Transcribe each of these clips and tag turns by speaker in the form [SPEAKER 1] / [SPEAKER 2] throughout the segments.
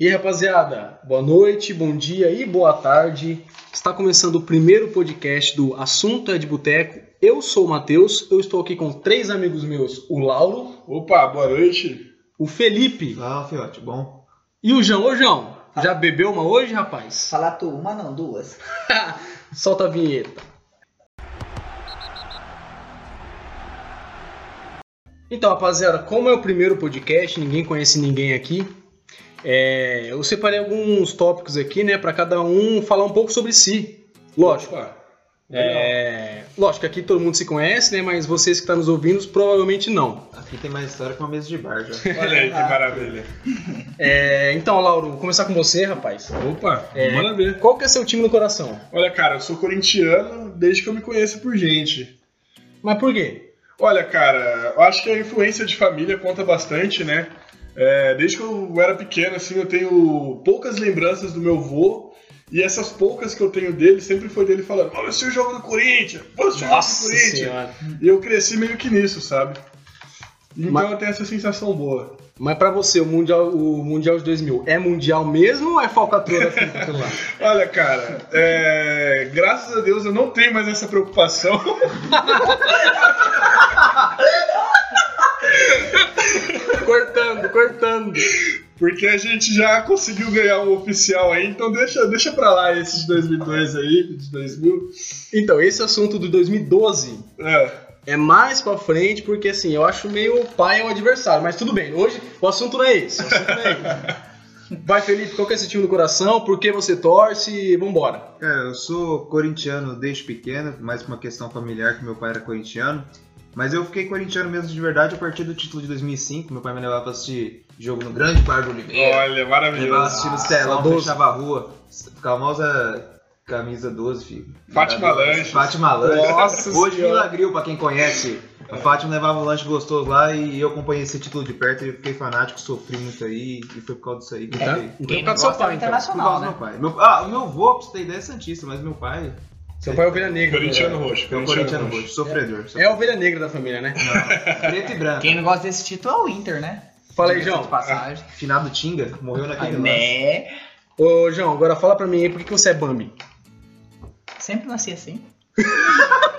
[SPEAKER 1] E aí, rapaziada, boa noite, bom dia e boa tarde. Está começando o primeiro podcast do Assunto é de Boteco. Eu sou o Matheus, eu estou aqui com três amigos meus, o Lauro,
[SPEAKER 2] Opa, boa noite.
[SPEAKER 1] o Felipe
[SPEAKER 3] Ah, fiote, bom.
[SPEAKER 1] e o João. Ô, João, já bebeu uma hoje, rapaz?
[SPEAKER 4] Falar tu, uma não, duas.
[SPEAKER 1] Solta a vinheta. Então, rapaziada, como é o primeiro podcast, ninguém conhece ninguém aqui. é, eu separei alguns tópicos aqui, né, para cada um falar um pouco sobre si. Lógico.
[SPEAKER 2] Opa,
[SPEAKER 1] É, lógico, aqui todo mundo se conhece, né? Mas vocês que estão nos ouvindo, provavelmente não.
[SPEAKER 3] Aqui tem mais história que uma mesa de bar já.
[SPEAKER 2] olha aí que maravilha.
[SPEAKER 1] É, então, Lauro, vou começar com você, rapaz.
[SPEAKER 2] Opa, bora ver.
[SPEAKER 1] Qual que é seu time no coração?
[SPEAKER 2] Olha, cara, eu sou corintiano desde que eu me conheço por gente.
[SPEAKER 1] Mas por quê?
[SPEAKER 2] Olha, cara, eu acho que a influência de família conta bastante, né? É, desde que eu era pequeno, assim, eu tenho poucas lembranças do meu avô. E essas poucas que eu tenho dele, sempre foi dele falando: Vamos assistir o jogo do Corinthians! Vamos assistir o jogo do Corinthians! E eu cresci meio que nisso, sabe? Então
[SPEAKER 1] Mas-
[SPEAKER 2] eu tenho essa sensação boa.
[SPEAKER 1] Mas pra você, o Mundial, o mundial de 2000 é Mundial mesmo ou é falcatrua da FIFA? aquilo lá?
[SPEAKER 2] Olha, cara, é, graças a Deus eu não tenho mais essa preocupação.
[SPEAKER 1] cortando, cortando.
[SPEAKER 2] Porque a gente já conseguiu ganhar um oficial aí, então deixa, deixa pra lá esse de 2002 aí, de 2000.
[SPEAKER 1] Então, esse assunto do 2012
[SPEAKER 2] É,
[SPEAKER 1] é mais pra frente, porque assim, eu acho meio pai é um adversário, mas tudo bem. Hoje o assunto não é esse. O assunto não é esse. Vai, Felipe, qual que é esse time do coração? Por que você torce? Vambora.
[SPEAKER 3] Cara, eu sou corintiano desde pequeno, mais por uma questão familiar que meu pai era corintiano. Mas eu fiquei corintiano mesmo de verdade a partir do título de 2005. Meu pai me levava pra assistir jogo no Grande Bar do Oliveira.
[SPEAKER 2] olha,
[SPEAKER 3] levava
[SPEAKER 2] maravilhoso.
[SPEAKER 3] assistir no telão,
[SPEAKER 1] saudoso.
[SPEAKER 3] fechava a rua. Famosa camisa 12, filho.
[SPEAKER 2] Fátima Lanches.
[SPEAKER 3] Fátima Lanches.
[SPEAKER 1] Nossa
[SPEAKER 3] Hoje
[SPEAKER 1] Senhora.
[SPEAKER 3] Milagril, pra quem conhece. A Fátima levava um lanche gostoso lá e eu acompanhei esse título de perto e fiquei fanático, sofri muito aí e foi por causa disso aí que eu
[SPEAKER 1] Tá?
[SPEAKER 3] fiquei.
[SPEAKER 1] Então,
[SPEAKER 4] Quem
[SPEAKER 1] por causa do seu pai,
[SPEAKER 4] não gosta é
[SPEAKER 1] então.
[SPEAKER 3] Por
[SPEAKER 4] internacional,
[SPEAKER 3] causa do
[SPEAKER 4] né?
[SPEAKER 3] meu pai. Meu, ah, o meu avô, pra você ter ideia, é Santista, mas meu pai
[SPEAKER 1] Seu pai é ovelha negra.
[SPEAKER 2] Corintiano roxo,
[SPEAKER 3] é um
[SPEAKER 2] corintiano
[SPEAKER 3] corintiano
[SPEAKER 2] roxo.
[SPEAKER 3] roxo, sofredor.
[SPEAKER 1] É a
[SPEAKER 3] sofredor.
[SPEAKER 1] ovelha negra da família, né?
[SPEAKER 3] Preto e branco.
[SPEAKER 4] Quem não gosta desse título é o Inter, né?
[SPEAKER 1] Fala aí,
[SPEAKER 4] Diga-se
[SPEAKER 1] João. Ah.
[SPEAKER 4] De passagem.
[SPEAKER 3] Finado Tinga, morreu
[SPEAKER 4] Aí,
[SPEAKER 3] naquele lance.
[SPEAKER 4] né?
[SPEAKER 1] Ô, João, agora fala pra mim aí por que que você é Bambi.
[SPEAKER 4] Sempre nasci assim.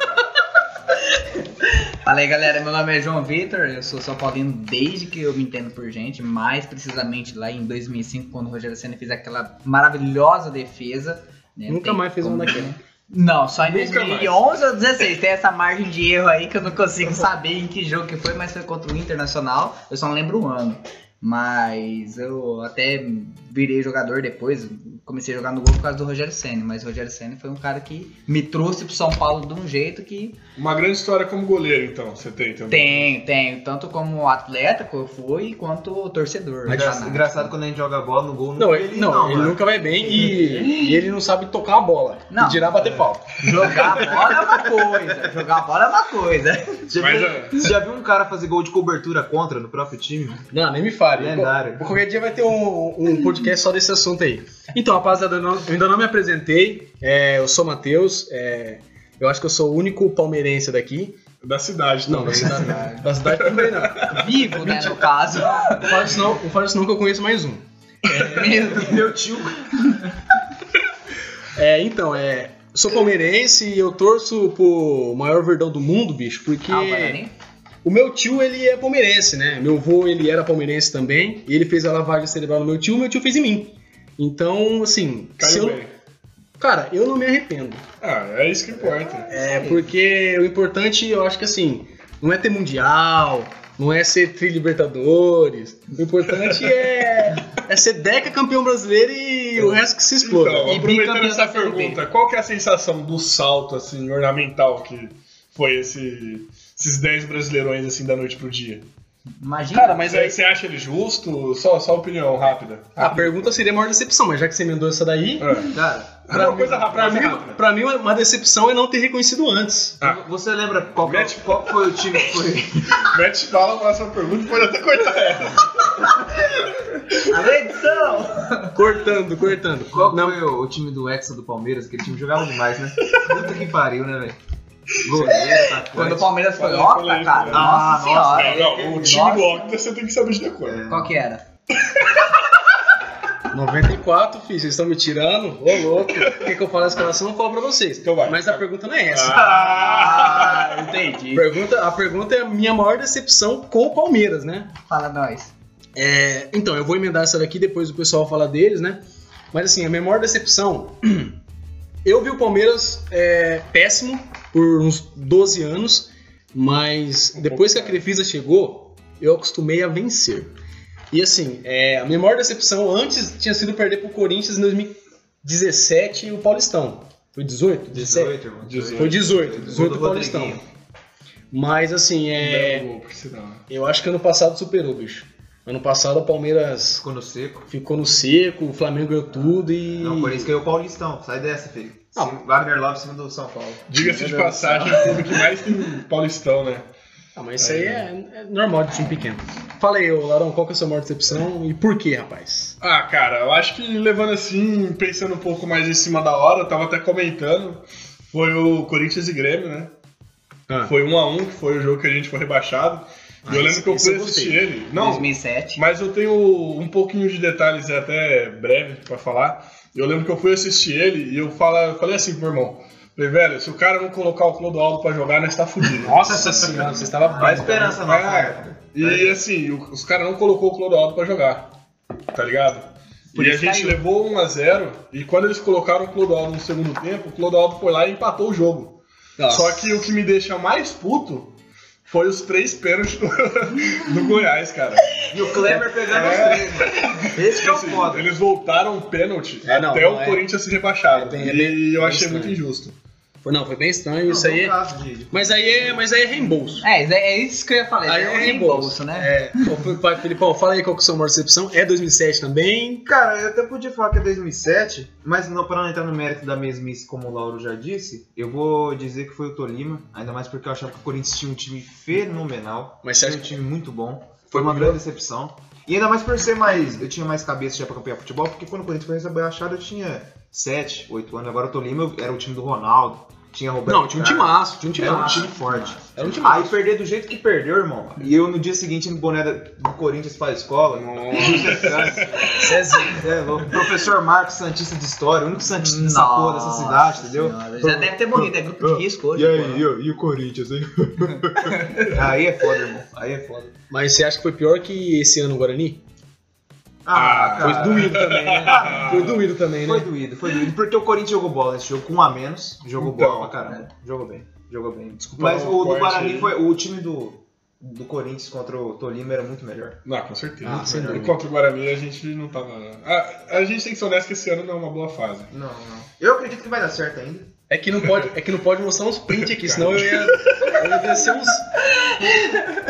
[SPEAKER 4] Fala aí, galera. Meu nome é João Vitor. Eu sou São Paulino desde que eu me entendo por gente. Mais precisamente lá em 2005, quando o Rogério Senna fez aquela maravilhosa defesa. né?
[SPEAKER 1] Nunca
[SPEAKER 4] Tem
[SPEAKER 1] mais fez
[SPEAKER 4] como-
[SPEAKER 1] uma daquela.
[SPEAKER 4] Não, só em
[SPEAKER 2] Nunca
[SPEAKER 4] 2011 ou 2016. Tem essa margem de erro aí que eu não consigo saber em que jogo que foi, mas foi contra o Internacional. Eu só não lembro o ano. Mas eu até virei jogador depois. Comecei a jogar no gol por causa do Rogério Senna. Mas o Rogério Senna foi um cara que me trouxe pro São Paulo de um jeito que
[SPEAKER 2] Uma grande história como goleiro, então, você tem também.
[SPEAKER 4] tem, tem. Tanto como atleta que eu fui, quanto torcedor.
[SPEAKER 3] Engra-
[SPEAKER 4] fanático.
[SPEAKER 3] Engraçado quando a gente joga a bola no gol,
[SPEAKER 1] Não, ele, não, ele
[SPEAKER 3] mano.
[SPEAKER 1] nunca vai bem e, e ele não sabe tocar a bola.
[SPEAKER 4] Não.
[SPEAKER 1] E dirá bater pau.
[SPEAKER 4] Jogar bola é uma coisa. Jogar bola é uma coisa.
[SPEAKER 3] Já
[SPEAKER 2] Mas,
[SPEAKER 3] viu-
[SPEAKER 2] é.
[SPEAKER 3] Você já viu um cara fazer gol de cobertura contra no próprio time?
[SPEAKER 1] Não, nem me fale.
[SPEAKER 3] Lendário.
[SPEAKER 1] Qual- Qualquer dia vai ter um, um podcast só desse assunto aí. Então, rapaziada, eu, não- eu ainda não me apresentei. É, eu sou o Matheus. é, eu acho que eu sou o único palmeirense daqui.
[SPEAKER 2] Da cidade
[SPEAKER 1] Não, da
[SPEAKER 2] também.
[SPEAKER 1] cidade, da cidade também não. Não
[SPEAKER 4] Vivo, né, no caso.
[SPEAKER 1] fala isso não, não fala isso não que eu conheço mais um.
[SPEAKER 4] Mesmo.
[SPEAKER 3] Meu tio.
[SPEAKER 1] É, então, é. Sou palmeirense e eu torço pro maior verdão do mundo, bicho, porque.
[SPEAKER 4] Ah, o Guarani?
[SPEAKER 1] O meu tio, ele é palmeirense, né? Meu avô, ele era palmeirense também. E ele fez a lavagem cerebral no meu tio, meu tio fez em mim. Então, assim, se
[SPEAKER 2] Caiu
[SPEAKER 1] eu-
[SPEAKER 2] bem.
[SPEAKER 1] cara, eu não me arrependo.
[SPEAKER 2] Ah, é isso que importa.
[SPEAKER 1] É, porque o importante, eu acho que assim, não é ter mundial, não é ser tri-libertadores. O importante é, é ser deca campeão brasileiro e o resto que se explora.
[SPEAKER 2] Então,
[SPEAKER 4] E
[SPEAKER 2] aproveitando
[SPEAKER 4] bicampeão
[SPEAKER 2] essa
[SPEAKER 4] da Série B.
[SPEAKER 2] pergunta, qual que é a sensação do salto, assim, ornamental que foi esse- esses 10 brasileirões, assim, da noite pro dia?
[SPEAKER 4] Imagina.
[SPEAKER 1] Cara, mas é
[SPEAKER 2] Você,
[SPEAKER 1] aí,
[SPEAKER 2] você acha ele justo? Só, só opinião rápida.
[SPEAKER 1] a pergunta seria a maior decepção, mas já que você emendou essa daí,
[SPEAKER 2] Ah.
[SPEAKER 3] Cara,
[SPEAKER 1] Pra
[SPEAKER 2] Uma coisa rápida,
[SPEAKER 1] pra
[SPEAKER 2] uma
[SPEAKER 1] mim,
[SPEAKER 2] coisa rápida.
[SPEAKER 1] pra mim uma decepção é não ter reconhecido antes.
[SPEAKER 2] Ah.
[SPEAKER 3] você lembra qual,
[SPEAKER 2] Mete-
[SPEAKER 3] qual foi o time que foi.
[SPEAKER 2] Mete bala na próxima pergunta e pode até cortar ela.
[SPEAKER 4] Alô, edição!
[SPEAKER 1] Cortando, cortando.
[SPEAKER 3] Qual
[SPEAKER 1] Não,
[SPEAKER 3] foi o, o time do Hexa do Palmeiras? Aquele time jogava demais, né? Puta que pariu, né, velho? Goleiro, atacante.
[SPEAKER 4] Quando o Palmeiras foi
[SPEAKER 2] Olha, olha
[SPEAKER 4] octa,
[SPEAKER 2] aí,
[SPEAKER 4] cara,
[SPEAKER 2] cara.
[SPEAKER 4] nossa
[SPEAKER 3] Ah,
[SPEAKER 4] senhora. um
[SPEAKER 2] Não, não, o time
[SPEAKER 4] Nossa.
[SPEAKER 2] do Octa você tem que saber de decor.
[SPEAKER 3] É.
[SPEAKER 4] Qual que era?
[SPEAKER 1] 94, filho, vocês estão me tirando? Ô, louco. O que, que eu falo essa escalação eu não falo pra vocês.
[SPEAKER 2] Então vai.
[SPEAKER 1] Mas a pergunta não é essa.
[SPEAKER 4] Ah, entendi.
[SPEAKER 1] Pergunta, a pergunta é a minha maior decepção com o Palmeiras, né?
[SPEAKER 4] Fala nós.
[SPEAKER 1] É, então, eu vou emendar essa daqui, depois o pessoal fala deles, né? Mas assim, a minha maior decepção. Eu vi o Palmeiras é, péssimo por uns 12 anos, mas depois que a Crefisa chegou, eu acostumei a vencer. E assim, é, a minha maior decepção antes tinha sido perder pro Corinthians em 2017 e o Paulistão. Foi 18? 17?
[SPEAKER 3] 18, irmão.
[SPEAKER 2] 18.
[SPEAKER 1] Foi 18,
[SPEAKER 3] Gol
[SPEAKER 1] 18
[SPEAKER 3] do
[SPEAKER 1] Paulistão.
[SPEAKER 3] Rodriguinho.
[SPEAKER 1] Mas assim, é.
[SPEAKER 2] Belo gol, por sinal.
[SPEAKER 1] Eu acho que ano passado superou, bicho. Ano passado o Palmeiras
[SPEAKER 3] Ficou no seco.
[SPEAKER 1] ficou no seco, o Flamengo ganhou tudo e.
[SPEAKER 3] Não, o Corinthians ganhou é o Paulistão. Sai dessa, filho.
[SPEAKER 1] Não.
[SPEAKER 3] Sim, Wagner Love em cima do São Paulo.
[SPEAKER 2] Diga-se de
[SPEAKER 1] Meu Deus
[SPEAKER 2] passagem, o clube que mais tem Paulistão, né?
[SPEAKER 1] Ah, mas isso aí é, é normal de time pequeno. Fala aí, ô, Larão, qual que é a sua maior decepção e por quê, rapaz?
[SPEAKER 2] Ah, cara, eu acho que levando assim, pensando um pouco mais em cima da hora, eu tava até comentando, foi o Corinthians e Grêmio, né?
[SPEAKER 1] Ah.
[SPEAKER 2] Foi um a um, que foi o jogo que a gente foi rebaixado.
[SPEAKER 1] Ah,
[SPEAKER 2] e eu
[SPEAKER 1] esse-
[SPEAKER 2] lembro que eu
[SPEAKER 1] esse
[SPEAKER 2] fui
[SPEAKER 1] eu
[SPEAKER 2] assistir
[SPEAKER 1] gostei.
[SPEAKER 2] ele. Não,
[SPEAKER 4] 2007.
[SPEAKER 2] mas eu tenho um pouquinho de detalhes até breve pra falar. Eu lembro que eu fui assistir ele e eu, fala, eu falei assim pro meu irmão. Falei, velho, se o cara não colocar o Clodoaldo pra jogar, nós tá fudido.
[SPEAKER 1] Nossa senhora, você estava
[SPEAKER 3] Olha a esperança nossa
[SPEAKER 2] Ah,
[SPEAKER 3] época.
[SPEAKER 2] E assim, o- os caras não colocou o Clodoaldo pra jogar, tá ligado?
[SPEAKER 4] Por
[SPEAKER 2] e a
[SPEAKER 4] isso
[SPEAKER 2] gente
[SPEAKER 4] caiu.
[SPEAKER 2] levou 1x0 e quando eles colocaram o Clodoaldo no segundo tempo, o Clodoaldo foi lá e empatou o jogo. Só que o que me deixa mais puto foi os três pênaltis do, do Goiás, cara.
[SPEAKER 3] E o Kleber pegando
[SPEAKER 2] É.
[SPEAKER 3] os três, mano. Esse que é o
[SPEAKER 2] Assim,
[SPEAKER 3] foda.
[SPEAKER 2] eles voltaram o pênalti
[SPEAKER 1] É, não,
[SPEAKER 2] até
[SPEAKER 1] não
[SPEAKER 2] o
[SPEAKER 1] é-
[SPEAKER 2] Corinthians se rebaixar.
[SPEAKER 1] é bem- é
[SPEAKER 2] e
[SPEAKER 1] bem-
[SPEAKER 2] eu
[SPEAKER 1] bem
[SPEAKER 2] achei muito
[SPEAKER 1] estranho.
[SPEAKER 2] injusto.
[SPEAKER 1] Foi, não, foi bem estranho É isso
[SPEAKER 3] Não,
[SPEAKER 1] aí.
[SPEAKER 3] bom caso de-
[SPEAKER 1] Mas aí é, mas aí é reembolso.
[SPEAKER 4] É, é isso que eu ia falar.
[SPEAKER 1] Aí
[SPEAKER 4] é um reembolso, né?
[SPEAKER 1] É. Ô, Filipe- Filipão, fala aí qual que é a sua maior decepção. É 2007 também.
[SPEAKER 3] Cara, eu até podia falar que é 2007, mas não, para não entrar no mérito da mesmice, como o Lauro já disse, eu vou dizer que foi o Tolima, ainda mais porque eu achava que o Corinthians tinha um time fenomenal,
[SPEAKER 1] Mas você
[SPEAKER 3] tinha
[SPEAKER 1] acha
[SPEAKER 3] um time muito bom, foi uma grande decepção. E ainda mais por ser mais. Eu tinha mais cabeça já pra campear futebol, porque quando o Corinthians foi rebaixado eu tinha 7, 8 anos, agora o Tolima eu- era o time do Ronaldo, tinha Roberto.
[SPEAKER 1] Não, tinha um
[SPEAKER 3] Carlos,
[SPEAKER 1] timaço, tinha um
[SPEAKER 3] Era um
[SPEAKER 1] timaço.
[SPEAKER 3] time forte.
[SPEAKER 1] Era um
[SPEAKER 3] Aí
[SPEAKER 1] timaço.
[SPEAKER 3] perder do jeito que perdeu, irmão. E eu no dia seguinte indo boné da- do Corinthians pra escola. É, o professor Marcos Santista de História, o único Santista dessa porra dessa
[SPEAKER 4] Nossa
[SPEAKER 3] cidade, entendeu?
[SPEAKER 4] senhora, Já deve ter morrido, é grupo de risco hoje. pô.
[SPEAKER 3] eu, e o Corinthians, hein? aí é foda, irmão. Aí é foda.
[SPEAKER 1] Mas você acha que foi pior que esse ano o Guarani?
[SPEAKER 2] Ah,
[SPEAKER 3] cara.
[SPEAKER 1] Foi doído também, né?
[SPEAKER 3] Ah,
[SPEAKER 1] Foi doído também,
[SPEAKER 3] Foi
[SPEAKER 1] né?
[SPEAKER 3] doído, foi doído. Porque o Corinthians jogou bola nesse jogo, com um a menos. Jogou
[SPEAKER 2] Então,
[SPEAKER 3] bola pra caramba. Jogou bem, jogou bem.
[SPEAKER 2] Desculpa
[SPEAKER 3] Mas
[SPEAKER 2] o
[SPEAKER 3] o do
[SPEAKER 2] corte
[SPEAKER 3] Guarani
[SPEAKER 2] aí.
[SPEAKER 3] foi. O time do, do Corinthians contra o Tolima era muito melhor.
[SPEAKER 2] Não, com certeza.
[SPEAKER 1] Ah, sem dúvida.
[SPEAKER 2] Enquanto o Guarani a gente não tava. Ah, A, a gente tem que ser honesto que esse ano não é uma boa fase.
[SPEAKER 3] Não, não. Eu acredito que vai dar certo ainda.
[SPEAKER 1] É que não pode, é que não pode mostrar uns print aqui, senão eu ia, eu ia descer uns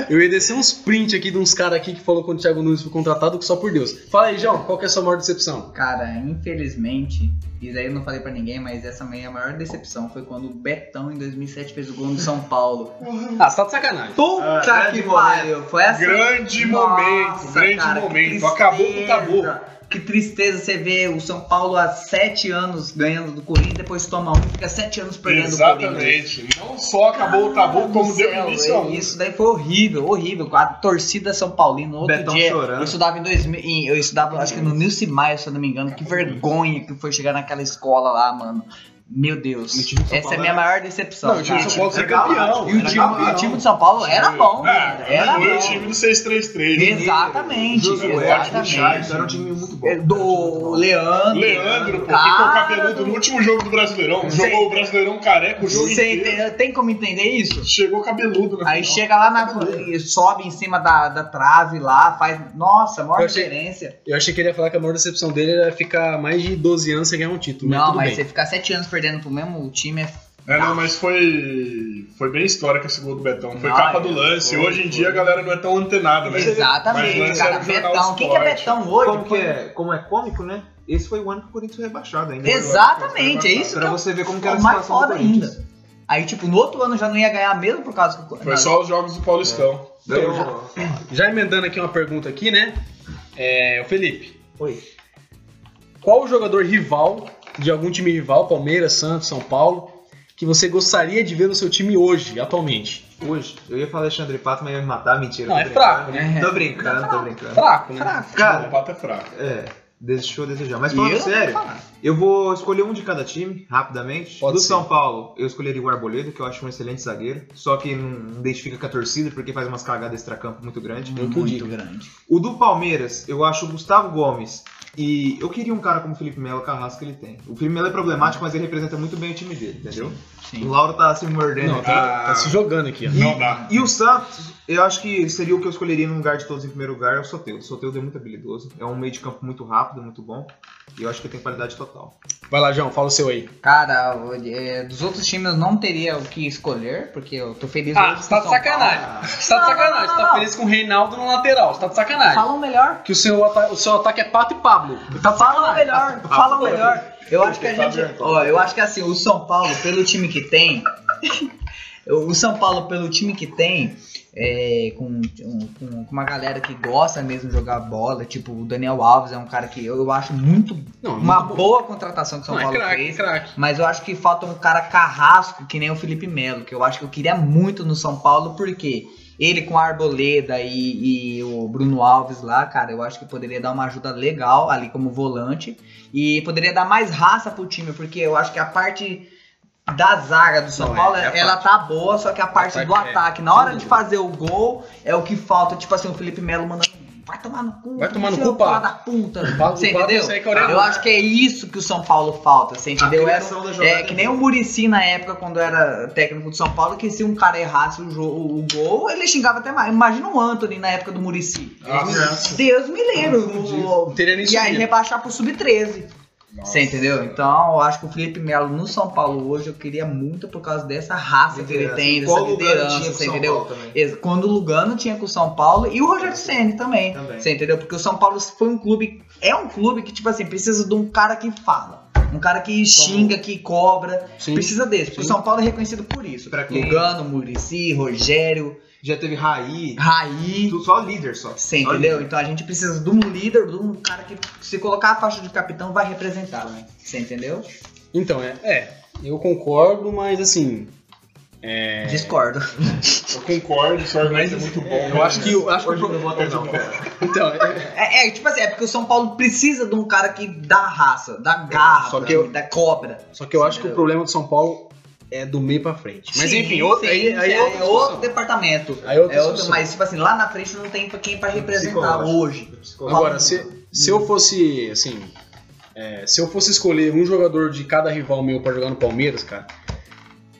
[SPEAKER 1] Eu ia descer uns print aqui de uns caras aqui que falou quando o Thiago Nunes foi contratado, que só por Deus. Fala aí, João, qual que é a sua maior decepção?
[SPEAKER 4] Cara, infelizmente, isso aí eu não falei pra ninguém, mas essa minha maior decepção foi quando o Betão, em 2007, fez o gol no São Paulo. Ah,
[SPEAKER 1] Ah, você tá de sacanagem.
[SPEAKER 4] Puta
[SPEAKER 3] grande
[SPEAKER 4] que
[SPEAKER 3] momento.
[SPEAKER 4] pariu! Foi
[SPEAKER 2] assim.
[SPEAKER 4] essa.
[SPEAKER 2] Grande momento, grande
[SPEAKER 4] cara, que
[SPEAKER 2] momento.
[SPEAKER 4] tristeza.
[SPEAKER 2] Acabou com o tabu.
[SPEAKER 4] Que tristeza você ver o São Paulo há sete anos ganhando do Corinthians, depois toma um, fica sete anos perdendo do Corinthians.
[SPEAKER 2] Exatamente. Não só acabou o tabu,
[SPEAKER 4] Cara
[SPEAKER 2] como
[SPEAKER 4] do
[SPEAKER 2] deu
[SPEAKER 4] céu, é
[SPEAKER 2] início a um.
[SPEAKER 4] Isso daí foi horrível, horrível. A torcida São Paulina, outro
[SPEAKER 3] Betão
[SPEAKER 4] dia.
[SPEAKER 3] chorando.
[SPEAKER 4] Eu estudava em 2000, em- eu estudava, acho que no Nilce Maia, se eu não me engano. Que vergonha que foi chegar naquela escola lá, mano. Meu Deus.
[SPEAKER 3] E o time do São
[SPEAKER 4] Essa é
[SPEAKER 3] Paulo
[SPEAKER 4] minha
[SPEAKER 3] era-
[SPEAKER 4] maior decepção.
[SPEAKER 1] Não, o time do
[SPEAKER 4] cara.
[SPEAKER 1] São Paulo foi
[SPEAKER 3] Era galáctico,
[SPEAKER 1] campeão.
[SPEAKER 4] E o
[SPEAKER 3] era
[SPEAKER 4] time,
[SPEAKER 3] campeão.
[SPEAKER 4] o time do São Paulo era bom,
[SPEAKER 2] Ah,
[SPEAKER 4] velho. Era
[SPEAKER 2] foi o
[SPEAKER 4] bom.
[SPEAKER 2] time do 633. né?
[SPEAKER 4] Exatamente,
[SPEAKER 3] Josué,
[SPEAKER 4] exatamente.
[SPEAKER 3] Richarlison, Era um time muito bom.
[SPEAKER 4] É, Do Leandro.
[SPEAKER 2] Leandro, pô, ficou
[SPEAKER 4] Cara,
[SPEAKER 2] cabeludo no último jogo do Brasileirão.
[SPEAKER 4] Sei.
[SPEAKER 2] Jogou o Brasileirão careca o jogo
[SPEAKER 4] Você
[SPEAKER 2] inteiro.
[SPEAKER 4] ente- tem como entender isso?
[SPEAKER 2] Chegou cabeludo na
[SPEAKER 4] Aí
[SPEAKER 2] final.
[SPEAKER 4] chega lá na. sobe em cima da, da trave lá, faz. Nossa, maior
[SPEAKER 1] Eu achei-
[SPEAKER 4] diferença.
[SPEAKER 1] Eu achei que ele ia falar que a maior decepção dele era ficar mais de 12 anos sem ganhar um título.
[SPEAKER 4] Não,
[SPEAKER 1] tudo
[SPEAKER 4] mas
[SPEAKER 1] bem.
[SPEAKER 4] você ficar sete anos perdendo pro mesmo time é.
[SPEAKER 2] É, não, mas foi, foi bem histórico esse gol do Betão. Foi
[SPEAKER 4] Não,
[SPEAKER 2] capa do
[SPEAKER 4] é,
[SPEAKER 2] lance.
[SPEAKER 4] foi,
[SPEAKER 2] Hoje em
[SPEAKER 4] foi.
[SPEAKER 2] dia a galera não é tão antenada, né?
[SPEAKER 4] Exatamente,
[SPEAKER 2] mas
[SPEAKER 4] cara.
[SPEAKER 2] era um jornal
[SPEAKER 4] Betão. Quem que é
[SPEAKER 2] esporte.
[SPEAKER 4] Betão hoje?
[SPEAKER 3] Como, que é, como é cômico, né? Esse foi o ano que o Corinthians foi rebaixado ainda.
[SPEAKER 4] Exatamente, é isso que
[SPEAKER 3] Pra
[SPEAKER 4] eu
[SPEAKER 3] você ver como que
[SPEAKER 4] É
[SPEAKER 3] era a
[SPEAKER 4] o mais
[SPEAKER 3] situação do
[SPEAKER 4] foda
[SPEAKER 3] Corinthians.
[SPEAKER 4] ainda. Aí, tipo, no outro ano já não ia ganhar mesmo por causa que.
[SPEAKER 2] Foi só os jogos do Paulistão.
[SPEAKER 3] Ganhou-
[SPEAKER 1] Já emendando aqui uma pergunta aqui, né? É, o Felipe,
[SPEAKER 3] Oi.
[SPEAKER 1] qual o jogador rival de algum time rival, Palmeiras, Santos, São Paulo, que você gostaria de ver no seu time hoje, atualmente?
[SPEAKER 3] Hoje, eu ia falar Alexandre Pato, mas ia me matar, mentira.
[SPEAKER 1] Não,
[SPEAKER 3] tô
[SPEAKER 1] é
[SPEAKER 3] brincando.
[SPEAKER 1] fraco, né?
[SPEAKER 3] Tô brincando, tô brincando.
[SPEAKER 1] Fraco, né?
[SPEAKER 2] Tipo, O
[SPEAKER 3] Cara,
[SPEAKER 2] Pato é fraco.
[SPEAKER 3] é. Deixou a desejar. Mas
[SPEAKER 4] E eu
[SPEAKER 3] falando
[SPEAKER 4] não vou
[SPEAKER 3] sério,
[SPEAKER 4] falar.
[SPEAKER 3] eu vou escolher um de cada time, rapidamente.
[SPEAKER 1] Pode
[SPEAKER 3] Do
[SPEAKER 1] ser.
[SPEAKER 3] São Paulo, eu escolheria o Arboleda, que eu acho um excelente zagueiro. Só que não identifica com a torcida, porque faz umas cagadas extracampo muito grande.
[SPEAKER 1] Eu que
[SPEAKER 4] Muito
[SPEAKER 1] digo.
[SPEAKER 4] grande.
[SPEAKER 3] O do Palmeiras, eu acho o Gustavo Gomes. E eu queria um cara como o Felipe Melo, com a raça que ele tem. O Felipe Melo é problemático, mas ele representa muito bem o time dele, entendeu?
[SPEAKER 4] Sim.
[SPEAKER 3] O Lauro tá se mordendo.
[SPEAKER 1] Não,
[SPEAKER 3] aqui.
[SPEAKER 1] tá,
[SPEAKER 2] Ah.
[SPEAKER 1] tá se jogando aqui, ó.
[SPEAKER 2] Não dá.
[SPEAKER 3] E o Santos, eu acho que seria o que eu escolheria no lugar de todos em primeiro lugar, é o Soteldo. O Soteldo é muito habilidoso, é um meio de campo muito rápido, muito bom, e eu acho que ele tem qualidade total.
[SPEAKER 1] Vai lá, João, fala o seu aí.
[SPEAKER 4] Cara, o- é, dos outros times eu não teria o que escolher, porque eu tô feliz
[SPEAKER 5] Ah,
[SPEAKER 4] hoje
[SPEAKER 5] você
[SPEAKER 4] com
[SPEAKER 5] tá de
[SPEAKER 4] São
[SPEAKER 5] sacanagem.
[SPEAKER 4] Paulo.
[SPEAKER 5] Você tá de
[SPEAKER 4] Não,
[SPEAKER 5] sacanagem.
[SPEAKER 4] não,
[SPEAKER 5] Você tá
[SPEAKER 4] não.
[SPEAKER 5] feliz com o Reinaldo no lateral. Você tá de sacanagem.
[SPEAKER 4] Fala o melhor.
[SPEAKER 1] Que o seu, ata- o seu ataque é Pato e Pablo. Tá
[SPEAKER 4] Fala o melhor. Fala o melhor. Eu acho que a
[SPEAKER 2] Tá
[SPEAKER 4] gente.
[SPEAKER 2] aberto.
[SPEAKER 4] Ó, eu acho que assim, o São Paulo, pelo time que tem. o São Paulo, pelo time que tem. é, com, um- com- com uma galera que gosta mesmo de jogar bola, tipo o Daniel Alves é um cara que eu, eu acho muito
[SPEAKER 1] Não,
[SPEAKER 4] uma
[SPEAKER 1] muito bom.
[SPEAKER 4] boa contratação que o São
[SPEAKER 1] Não, é
[SPEAKER 4] Paulo
[SPEAKER 1] craque,
[SPEAKER 4] fez.
[SPEAKER 1] craque.
[SPEAKER 4] Mas eu acho que falta um cara carrasco que nem o Felipe Melo, que eu acho que eu queria muito no São Paulo, porque ele com a Arboleda e, e o Bruno Alves lá, cara, eu acho que poderia dar uma ajuda legal ali como volante e poderia dar mais raça pro time, porque eu acho que a parte da zaga do São
[SPEAKER 1] Não, é-
[SPEAKER 4] Paulo,
[SPEAKER 1] é a
[SPEAKER 4] ela tá boa, só que a parte
[SPEAKER 1] parte
[SPEAKER 4] do
[SPEAKER 1] é-
[SPEAKER 4] ataque, na hora de fazer o gol, é o que falta, tipo assim, o Felipe Melo mandando vai tomar no cu,
[SPEAKER 1] Vai tomar no
[SPEAKER 4] seu
[SPEAKER 1] cu, pá."
[SPEAKER 4] fala da puta.
[SPEAKER 1] Fala-
[SPEAKER 4] Você
[SPEAKER 1] fala
[SPEAKER 4] entendeu?
[SPEAKER 1] isso aí que é orelha.
[SPEAKER 4] Eu acho que é isso que o São Paulo falta, você entendeu? Era um-
[SPEAKER 3] criação da jogada
[SPEAKER 4] é, que nem o Murici na época, quando era técnico do São Paulo, que se um cara errasse o, jo- o gol, ele xingava até mais. Imagina o Anthony na época do Murici.
[SPEAKER 2] Ah, Nossa.
[SPEAKER 4] Deus me livre. o-
[SPEAKER 1] Não teria nem
[SPEAKER 4] E aí
[SPEAKER 1] subido.
[SPEAKER 4] rebaixar pro sub-13. Você entendeu? Então, eu acho que o Felipe Melo no São Paulo hoje eu queria muito por causa dessa raça que ele tem, dessa
[SPEAKER 3] Qual lugar ele
[SPEAKER 4] liderança,
[SPEAKER 3] tinha com
[SPEAKER 4] você
[SPEAKER 3] São
[SPEAKER 4] entendeu?
[SPEAKER 3] Paulo também?
[SPEAKER 4] Ex- Quando o Lugano tinha com o São Paulo e o Rogério Ceni também.
[SPEAKER 3] Também.
[SPEAKER 4] Você entendeu? Porque o São Paulo foi um clube. É um clube que, tipo assim, precisa de um cara que fala. Um cara que xinga, que cobra.
[SPEAKER 1] Sim.
[SPEAKER 4] Precisa desse. Porque o
[SPEAKER 1] Sim.
[SPEAKER 4] São Paulo é reconhecido por isso.
[SPEAKER 3] Pra quem-
[SPEAKER 4] Lugano, Murici, Rogério,
[SPEAKER 3] Já teve Raí,
[SPEAKER 4] Raí.
[SPEAKER 3] tu- só líder só.
[SPEAKER 4] Você
[SPEAKER 3] Só
[SPEAKER 4] entendeu?
[SPEAKER 3] líder.
[SPEAKER 4] Então a gente precisa de um líder, de um cara que, se colocar a faixa de capitão, vai representar. Você entendeu?
[SPEAKER 1] Então, é, é, eu concordo, mas assim, É.
[SPEAKER 4] Discordo.
[SPEAKER 2] Eu concordo, só mas é muito bom.
[SPEAKER 1] eu acho que, eu acho que o
[SPEAKER 3] Hoje eu
[SPEAKER 1] pro-
[SPEAKER 3] não vou até não, cara.
[SPEAKER 1] então, é-
[SPEAKER 4] É, é, tipo assim, é porque o São Paulo precisa de um cara que dá raça, dá garra,
[SPEAKER 1] É, Só que eu-
[SPEAKER 4] da cobra.
[SPEAKER 1] só que eu acho que o problema do São Paulo é do meio pra frente. Mas
[SPEAKER 4] é. Sim,
[SPEAKER 1] enfim, outro,
[SPEAKER 4] sim,
[SPEAKER 1] aí, aí
[SPEAKER 4] sim,
[SPEAKER 1] é outra discussão.
[SPEAKER 4] departamento.
[SPEAKER 1] Aí é outra
[SPEAKER 4] é outro,
[SPEAKER 1] discussão.
[SPEAKER 4] mas tipo assim, lá na frente não tem pra quem pra representar
[SPEAKER 3] Psicológico.
[SPEAKER 4] hoje.
[SPEAKER 3] Psicológico.
[SPEAKER 1] Agora, se, se eu fosse, assim, é, se eu fosse escolher um jogador de cada rival meu pra jogar no Palmeiras, cara,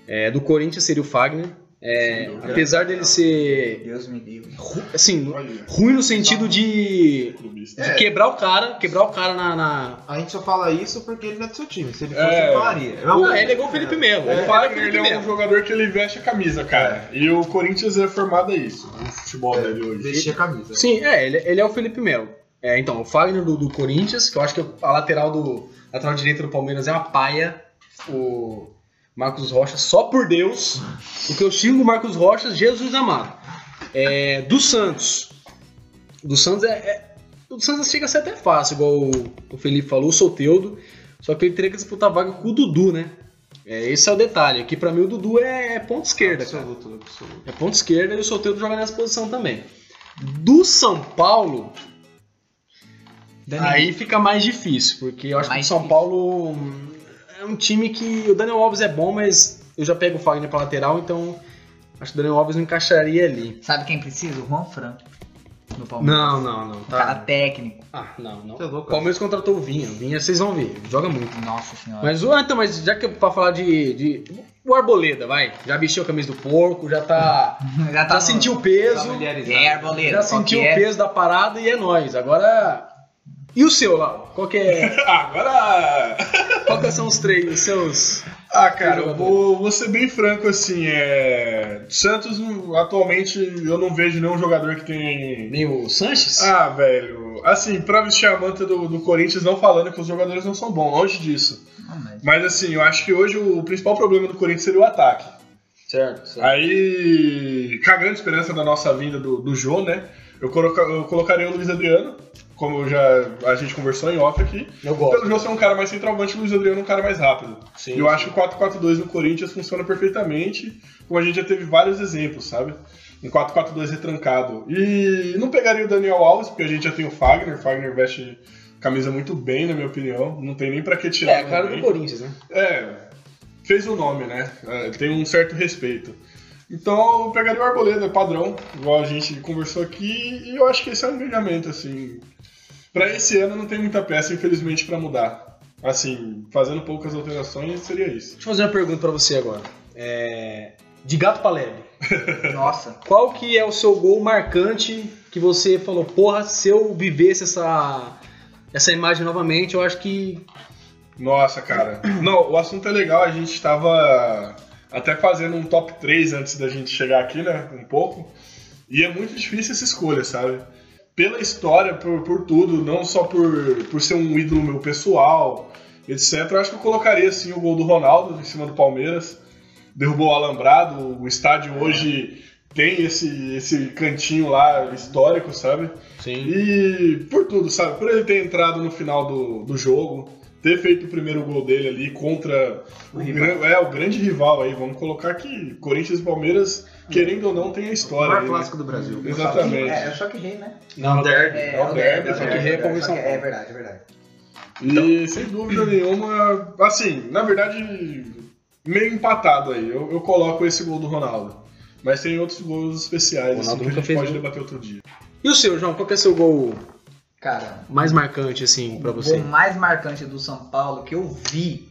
[SPEAKER 1] é, do Corinthians seria o Fagner. É, apesar dele ser,
[SPEAKER 4] Deus me livre.
[SPEAKER 1] ru- assim,
[SPEAKER 2] Olha,
[SPEAKER 1] ruim no sentido de,
[SPEAKER 2] clubista.
[SPEAKER 1] de quebrar o cara, quebrar o cara na- na,
[SPEAKER 3] A gente só fala isso porque ele não é do seu time, se ele fosse,
[SPEAKER 2] É.
[SPEAKER 3] eu falaria.
[SPEAKER 1] O- ele é igual o Felipe Melo. Ele fala que o
[SPEAKER 2] ele
[SPEAKER 1] Felipe
[SPEAKER 2] é um
[SPEAKER 1] Melo.
[SPEAKER 2] jogador que ele veste a camisa, cara. E o Corinthians é formado a isso, o futebol dele hoje.
[SPEAKER 3] Vestir a camisa.
[SPEAKER 1] Sim, é, ele, ele é o Felipe Melo. É, então, o Fagner do, do Corinthians, que eu acho que a lateral do a lateral direita do Palmeiras é uma paia. O Marcos Rocha, só por Deus. O que eu xingo o Marcos Rocha, Jesus amado. É, do Santos. Do Santos é, é- O Santos chega a ser até fácil, igual o, o Felipe falou, o Soteudo. Só que ele teria que disputar a vaga com o Dudu, né? É, esse é o detalhe. Que pra mim o Dudu é ponta esquerda, cara.
[SPEAKER 3] Absoluto, absoluto.
[SPEAKER 1] É ponta esquerda e o Soteldo joga nessa posição também. Do São Paulo, aí fica mais difícil, porque eu acho
[SPEAKER 4] Mais
[SPEAKER 1] que o São
[SPEAKER 4] difícil.
[SPEAKER 1] Paulo hum, é um time que. O Daniel Alves é bom, mas eu já pego o Fagner pra lateral, então acho que o Daniel Alves não encaixaria ali.
[SPEAKER 4] Sabe quem precisa? O Juan Fran. No Palmeiras.
[SPEAKER 1] Não, não, não.
[SPEAKER 4] Um cara
[SPEAKER 1] Tá.
[SPEAKER 4] técnico.
[SPEAKER 1] Ah, não, não.
[SPEAKER 3] Tá
[SPEAKER 1] O
[SPEAKER 3] louco, cara.
[SPEAKER 1] Palmeiras contratou o Vinha. O Vinha, vocês vão ver, joga muito.
[SPEAKER 4] Nossa senhora.
[SPEAKER 1] Mas, o- ah, então, mas já que é pra falar de, de. O Arboleda, vai. Já vestiu a camisa do porco, já tá.
[SPEAKER 4] Já
[SPEAKER 1] Já
[SPEAKER 4] no-
[SPEAKER 1] sentiu o peso.
[SPEAKER 3] Familiarizado.
[SPEAKER 4] É, Arboleda.
[SPEAKER 1] Já
[SPEAKER 4] qual
[SPEAKER 1] sentiu
[SPEAKER 4] que
[SPEAKER 1] o
[SPEAKER 4] é?
[SPEAKER 1] peso da parada e é nóis. Agora. E o seu, Lau? Qual que é.
[SPEAKER 2] Agora.
[SPEAKER 1] Qual que são os três? Os seus.
[SPEAKER 2] Ah, cara, eu
[SPEAKER 1] jogador.
[SPEAKER 2] vou, vou ser bem franco assim. É... Santos, atualmente, eu não vejo nenhum jogador que tem.
[SPEAKER 1] Nem o Sanches?
[SPEAKER 2] Ah, velho. Assim, pra vestir a manta do, do Corinthians, não falando que os jogadores não são bons, longe disso.
[SPEAKER 4] Ah, mas-
[SPEAKER 2] Mas assim, eu acho que hoje o principal problema do Corinthians seria o ataque.
[SPEAKER 1] certo, certo.
[SPEAKER 2] Aí, cagando a esperança da nossa vinda do, do Jô, né? Eu, coloca, eu colocaria o Luiz Adriano, como eu já a gente conversou em off aqui.
[SPEAKER 1] Eu
[SPEAKER 2] Pelo
[SPEAKER 1] gosto.
[SPEAKER 2] Jô ser um cara mais centralmente, o Luiz Adriano é um cara mais rápido.
[SPEAKER 1] Sim,
[SPEAKER 2] eu
[SPEAKER 1] sim.
[SPEAKER 2] acho que o 4-4-2 no Corinthians funciona perfeitamente, como a gente já teve vários exemplos, sabe? Um 4-4-2 retrancado. E não pegaria o Daniel Alves, porque a gente já tem o Fagner, o Fagner veste Camisa muito bem, na minha opinião. Não tem nem pra que tirar.
[SPEAKER 1] É, claro do
[SPEAKER 2] também.
[SPEAKER 1] Corinthians, né?
[SPEAKER 2] É, fez o nome, né? É, tem um certo respeito. Então eu pegaria o Arboleda, é padrão, igual a gente conversou aqui, e eu acho que esse é um engajamento, assim. Pra esse ano não tem muita peça, infelizmente, pra mudar. Assim, fazendo poucas alterações seria isso.
[SPEAKER 1] Deixa eu fazer uma pergunta pra você agora. É, De gato pra lebre.
[SPEAKER 4] Nossa.
[SPEAKER 1] Qual que é o seu gol marcante que você falou, porra, se eu vivesse essa, essa imagem novamente, eu acho que.
[SPEAKER 2] Nossa, cara. Não, o assunto é legal, a gente tava até fazendo um top 3 antes da gente chegar aqui, né? Um pouco. E é muito difícil essa escolha, sabe? Pela história, por, por tudo, não só por, por ser um ídolo meu pessoal, etc. Eu acho que eu colocaria assim o gol do Ronaldo em cima do Palmeiras. Derrubou o Alambrado, o estádio hoje tem esse, esse cantinho lá histórico, sabe?
[SPEAKER 1] Sim.
[SPEAKER 2] E por tudo, sabe? Por ele ter entrado no final do, do jogo, ter feito o primeiro gol dele ali contra o, gran- é, o grande rival aí, vamos colocar que Corinthians e Palmeiras, querendo ou não, tem a
[SPEAKER 3] O
[SPEAKER 2] história.
[SPEAKER 3] maior
[SPEAKER 2] aí, né?
[SPEAKER 3] clássico do Brasil.
[SPEAKER 2] Exatamente.
[SPEAKER 4] É, é o choque rei, né?
[SPEAKER 1] Não,
[SPEAKER 2] É, é o derby,
[SPEAKER 4] é
[SPEAKER 2] só
[SPEAKER 1] que rei é convenção.
[SPEAKER 4] Só que- É verdade, é verdade.
[SPEAKER 2] E sem dúvida nenhuma, assim, na verdade, meio empatado aí. Eu, eu coloco esse gol do Ronaldo. Mas tem outros gols especiais assim,
[SPEAKER 1] Ronaldo
[SPEAKER 2] que a
[SPEAKER 1] nunca
[SPEAKER 2] gente
[SPEAKER 1] fez
[SPEAKER 2] pode
[SPEAKER 1] gol.
[SPEAKER 2] debater outro dia.
[SPEAKER 1] E o seu, João, qual que é o seu gol
[SPEAKER 4] Cara,
[SPEAKER 1] mais marcante, assim, pra
[SPEAKER 4] o
[SPEAKER 1] você?
[SPEAKER 4] gol mais marcante do São Paulo que eu vi.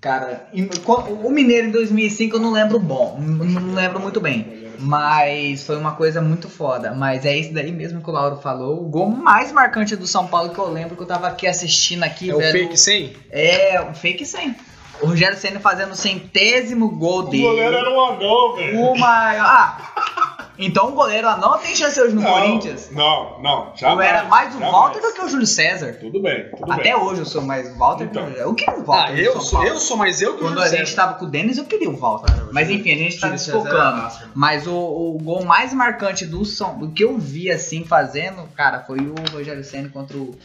[SPEAKER 4] Cara, em- co- o Mineiro em 2005 eu não lembro bom, n- não lembro muito bem, mas foi uma coisa muito foda. Mas é isso daí mesmo que o Lauro falou, o gol mais marcante do São Paulo que eu lembro que eu tava aqui assistindo aqui,
[SPEAKER 1] É o
[SPEAKER 4] velho.
[SPEAKER 1] fake 100?
[SPEAKER 4] É, um fake sem. O Rogério Senna fazendo o centésimo gol
[SPEAKER 2] O
[SPEAKER 4] dele.
[SPEAKER 2] goleiro era um anão, velho.
[SPEAKER 4] O maior. Ah! Então o goleiro lá não tem chance hoje no Corinthians.
[SPEAKER 2] Não, não. Já
[SPEAKER 4] Eu era mais o Walter do que o Júlio César.
[SPEAKER 2] Tudo bem, tudo
[SPEAKER 4] Até
[SPEAKER 2] bem.
[SPEAKER 4] hoje eu sou mais o Walter
[SPEAKER 2] Então.
[SPEAKER 4] que o Júlio César. O que é o Walter?
[SPEAKER 1] Ah,
[SPEAKER 4] no
[SPEAKER 1] eu
[SPEAKER 4] São
[SPEAKER 1] sou,
[SPEAKER 4] Paulo?
[SPEAKER 1] eu sou mais eu que o
[SPEAKER 4] Quando
[SPEAKER 1] Júlio
[SPEAKER 4] a gente
[SPEAKER 1] César.
[SPEAKER 4] tava com o Denis, eu queria o Walter. Mas enfim, a gente tá desfocando. Mas o, o gol mais marcante do São do que eu vi assim fazendo, cara, foi o Rogério Senna contra o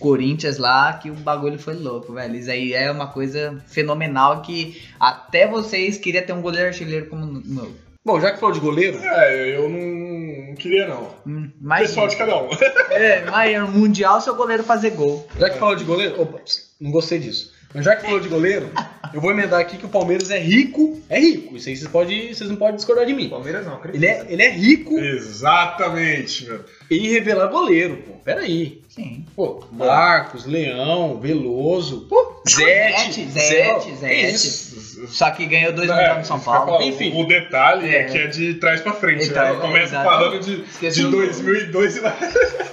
[SPEAKER 4] Corinthians lá, que o bagulho foi louco, velho. Isso aí é uma coisa fenomenal que até vocês queriam ter um goleiro artilheiro como o meu.
[SPEAKER 1] Bom, já que falou de goleiro,
[SPEAKER 2] É, eu não, não queria não.
[SPEAKER 4] Hum, Mas,
[SPEAKER 2] Pessoal de cada um.
[SPEAKER 4] é, mas no Mundial, seu goleiro fazer gol.
[SPEAKER 1] já que falou de goleiro, opa, ps, não gostei disso. Mas já que falou de goleiro, eu vou emendar aqui que o Palmeiras é rico, é rico. Isso aí vocês, pode, vocês não podem discordar de mim.
[SPEAKER 3] Palmeiras não, acredito.
[SPEAKER 1] Ele é, ele é rico
[SPEAKER 2] Exatamente, meu.
[SPEAKER 1] em revelar goleiro, pô. Peraí.
[SPEAKER 4] Sim.
[SPEAKER 1] Pô, Marcos, Leão, Veloso, pô, Zete,
[SPEAKER 4] Zete, Zete,
[SPEAKER 1] Zé, que
[SPEAKER 4] Zete.
[SPEAKER 1] isso?
[SPEAKER 4] Só que ganhou dois mundial no São Paulo.
[SPEAKER 1] falando. Enfim.
[SPEAKER 2] Enfim. É, O detalhe é.
[SPEAKER 4] É.
[SPEAKER 2] que é de trás pra frente.
[SPEAKER 4] Então,
[SPEAKER 2] né? Começa
[SPEAKER 4] exato. um-
[SPEAKER 2] falando de,
[SPEAKER 4] Esqueci
[SPEAKER 2] de
[SPEAKER 4] o-
[SPEAKER 2] 2002 e vai,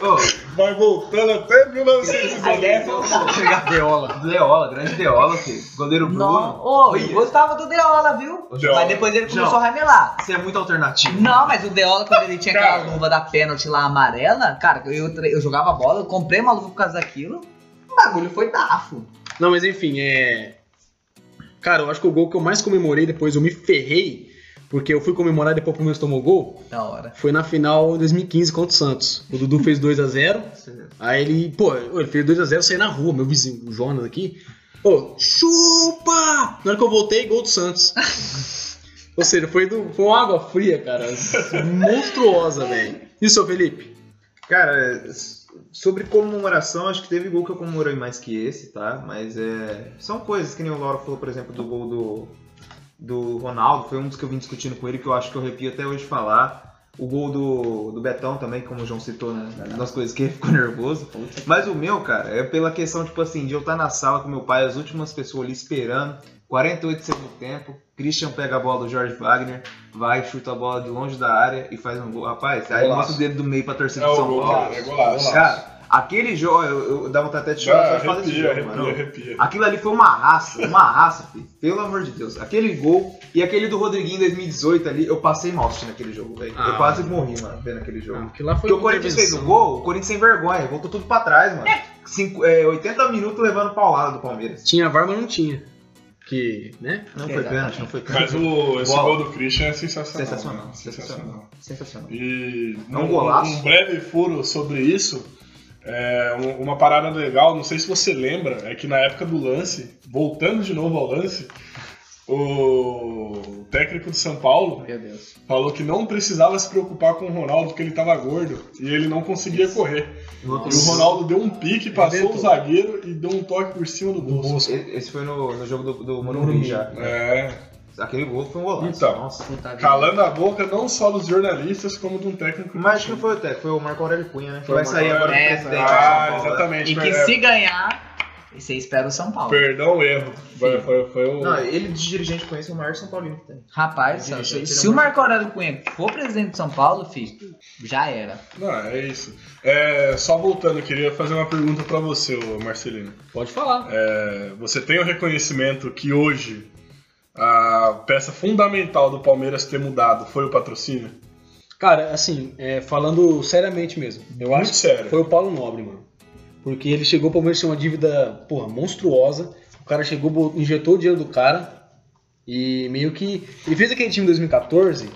[SPEAKER 3] Ô,
[SPEAKER 2] vai voltando até 1900.
[SPEAKER 4] A ideia é foi o-
[SPEAKER 1] Gabriola.
[SPEAKER 3] Deola, grande Deola, filho. Goleiro Bruno.
[SPEAKER 4] Não, ô, eu gostava do Deola, viu?
[SPEAKER 2] Deola.
[SPEAKER 4] Mas depois ele começou
[SPEAKER 3] João.
[SPEAKER 4] a ramelar.
[SPEAKER 3] Você é muito alternativo.
[SPEAKER 4] Não, mas o Deola, quando ele tinha
[SPEAKER 2] Cara.
[SPEAKER 4] aquela luva da pênalti lá amarela, cara, eu, tre- eu jogava bola, eu comprei uma luva por causa daquilo. O bagulho foi bafo.
[SPEAKER 1] Não, mas enfim, é. Cara, eu acho que o gol que eu mais comemorei depois eu me ferrei, porque eu fui comemorar depois que o Palmeiras tomou gol,
[SPEAKER 4] Da hora.
[SPEAKER 1] foi na final em 2015 contra o Santos. O Dudu fez 2 a 0 aí ele, pô, ele fez 2 a 0 eu saí na rua, meu vizinho, o Jonas aqui, pô, chupa! Na hora que eu voltei, gol do Santos. Ou seja, foi, do, foi uma água fria, cara, monstruosa, velho. E o seu Felipe?
[SPEAKER 3] Cara, s- sobre comemoração, acho que teve gol que eu comemorei mais que esse, tá? Mas é. São coisas que nem o Lauro falou, por exemplo, do gol do, do Ronaldo. Foi um dos que eu vim discutindo com ele, que eu acho que eu arrepio até hoje falar. O gol do, do Betão também, como o João citou, né? Nas coisas que ele ficou nervoso. Mas o meu, cara, é pela questão, tipo assim, de eu estar na sala com meu pai, as últimas pessoas ali esperando. 48 segundos do tempo, Christian pega a bola do Jorge Wagner, vai, chuta a bola de longe da área e faz um gol. Rapaz, aí
[SPEAKER 2] Golaço.
[SPEAKER 3] mostra o dedo do meio pra torcida
[SPEAKER 2] É
[SPEAKER 3] do
[SPEAKER 2] o
[SPEAKER 3] São
[SPEAKER 2] gol,
[SPEAKER 3] Paulo.
[SPEAKER 2] cara, é golaço.
[SPEAKER 3] Cara, aquele jogo, eu, eu dava vontade até de
[SPEAKER 2] Já
[SPEAKER 3] chorar só de falar desse
[SPEAKER 2] arrepia,
[SPEAKER 3] jogo,
[SPEAKER 2] arrepia,
[SPEAKER 3] mano.
[SPEAKER 2] arrepia.
[SPEAKER 3] Aquilo ali foi uma raça, uma raça, filho. Pelo amor de Deus. Aquele gol e aquele do Rodriguinho em 2018 ali, eu passei mal assistindo aquele jogo, velho.
[SPEAKER 1] Ah.
[SPEAKER 3] eu quase morri, mano, vendo aquele jogo.
[SPEAKER 1] porque lá
[SPEAKER 3] Porque o Corinthians fez o gol, o Corinthians sem vergonha, voltou tudo pra trás, mano. Cinco- é, 80 minutos levando paulada do Palmeiras.
[SPEAKER 1] Tinha VAR, mas não tinha. Que, né?
[SPEAKER 3] Não foi
[SPEAKER 4] Exatamente.
[SPEAKER 3] pênalti, não foi
[SPEAKER 2] Mas
[SPEAKER 3] pênalti.
[SPEAKER 2] o, esse
[SPEAKER 3] Bola.
[SPEAKER 2] gol do Christian é sensacional.
[SPEAKER 3] Sensacional,
[SPEAKER 2] né?
[SPEAKER 3] sensacional. Sensacional.
[SPEAKER 2] E
[SPEAKER 3] É um golaço.
[SPEAKER 2] Um breve furo sobre isso. é, um- uma parada legal, não sei se você lembra, é que na época do lance, voltando de novo ao lance, O técnico de São Paulo
[SPEAKER 4] Meu Deus.
[SPEAKER 2] falou que não precisava se preocupar com o Ronaldo porque ele estava gordo e ele não conseguia correr. E o Ronaldo deu um pique, passou o
[SPEAKER 1] Arrebentou.
[SPEAKER 2] zagueiro e deu um toque por cima do bolso.
[SPEAKER 3] E- Esse foi no, no jogo do, do Morumbi já.
[SPEAKER 2] É,
[SPEAKER 3] Aquele gol foi um golaço.
[SPEAKER 2] Então.
[SPEAKER 3] Nossa.
[SPEAKER 4] Puta vida.
[SPEAKER 2] calando a boca não só dos jornalistas, como de um técnico.
[SPEAKER 3] Mas acho que não foi o Tec, foi o Marco Aurélio Cunha, né? Que
[SPEAKER 2] Foi
[SPEAKER 3] vai
[SPEAKER 2] o
[SPEAKER 3] sair
[SPEAKER 2] Marco
[SPEAKER 3] agora do
[SPEAKER 4] Aurélio.
[SPEAKER 3] presidente. de São
[SPEAKER 2] Ah,
[SPEAKER 3] Paulo, né?
[SPEAKER 2] exatamente.
[SPEAKER 4] E que
[SPEAKER 2] per-
[SPEAKER 4] se ganhar, você espera o São Paulo.
[SPEAKER 2] Perdão o erro. Foi, foi- foi o.
[SPEAKER 1] é
[SPEAKER 3] Não, ele de dirigente com esse é o maior São Paulino que tem.
[SPEAKER 4] Rapaz,
[SPEAKER 3] Dirigente,
[SPEAKER 4] se,
[SPEAKER 3] ele
[SPEAKER 4] se
[SPEAKER 3] é
[SPEAKER 4] o
[SPEAKER 3] um-
[SPEAKER 4] Marco Aurélio Cunha for presidente de São Paulo, filho, já era.
[SPEAKER 2] Não, é isso. É, só voltando, eu queria fazer uma pergunta pra você, ô Marcelino.
[SPEAKER 5] Pode falar.
[SPEAKER 2] É, você tem o reconhecimento que hoje a peça fundamental do Palmeiras ter mudado foi o patrocínio?
[SPEAKER 1] Cara, assim, é, falando seriamente mesmo, eu
[SPEAKER 2] Muito
[SPEAKER 1] acho
[SPEAKER 2] sério.
[SPEAKER 1] Foi o Paulo Nobre, mano. Porque ele chegou para Palmeiras tinha uma dívida, porra, monstruosa. O cara chegou, bot- injetou o dinheiro do cara e meio que ele fez aquele time em 2014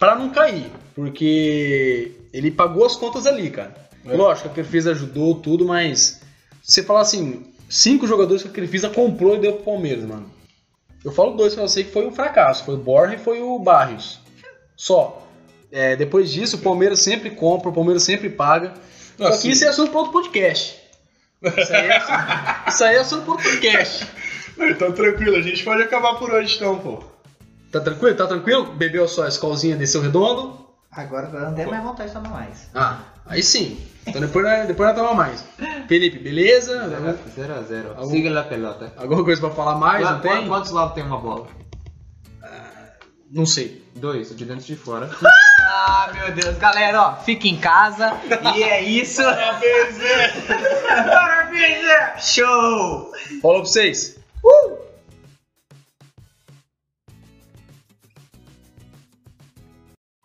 [SPEAKER 1] para não cair, porque ele pagou as contas ali, cara.
[SPEAKER 2] É.
[SPEAKER 1] Lógico, a Crefisa ajudou tudo, mas se você falar assim, cinco jogadores que a Crefisa comprou e deu pro Palmeiras, mano. Eu falo dois pra você que foi um fracasso, foi o Borja e foi o Barrios. Só. É, depois disso, o Palmeiras sempre compra, o Palmeiras sempre paga.
[SPEAKER 2] Não,
[SPEAKER 1] Só que
[SPEAKER 2] assim,
[SPEAKER 1] isso é assunto para outro podcast. Isso aí é assunto, isso aí é assunto para outro podcast. é
[SPEAKER 2] não, Então tranquilo, a gente pode acabar por hoje então, pô.
[SPEAKER 1] Tá tranquilo? Tá tranquilo? Bebeu sua escolzinha, desceu redondo?
[SPEAKER 4] Agora não tem mais vontade de tomar mais.
[SPEAKER 1] Ah, aí sim. Então depois, nós- depois nós toma mais. Felipe, beleza?
[SPEAKER 3] 0x0.
[SPEAKER 1] Algum-
[SPEAKER 3] Siga lá pelota.
[SPEAKER 1] Alguma coisa para falar mais? Não
[SPEAKER 3] Qua- qua-
[SPEAKER 1] tem?
[SPEAKER 3] Quantos lados tem uma bola?
[SPEAKER 1] Não sei.
[SPEAKER 3] Dois, de dentro e de fora.
[SPEAKER 4] Ah, meu Deus. Galera, ó, fique em casa. E é isso.
[SPEAKER 2] Parabéns,
[SPEAKER 4] Parabéns, Zé. Show!
[SPEAKER 1] Falou pra vocês.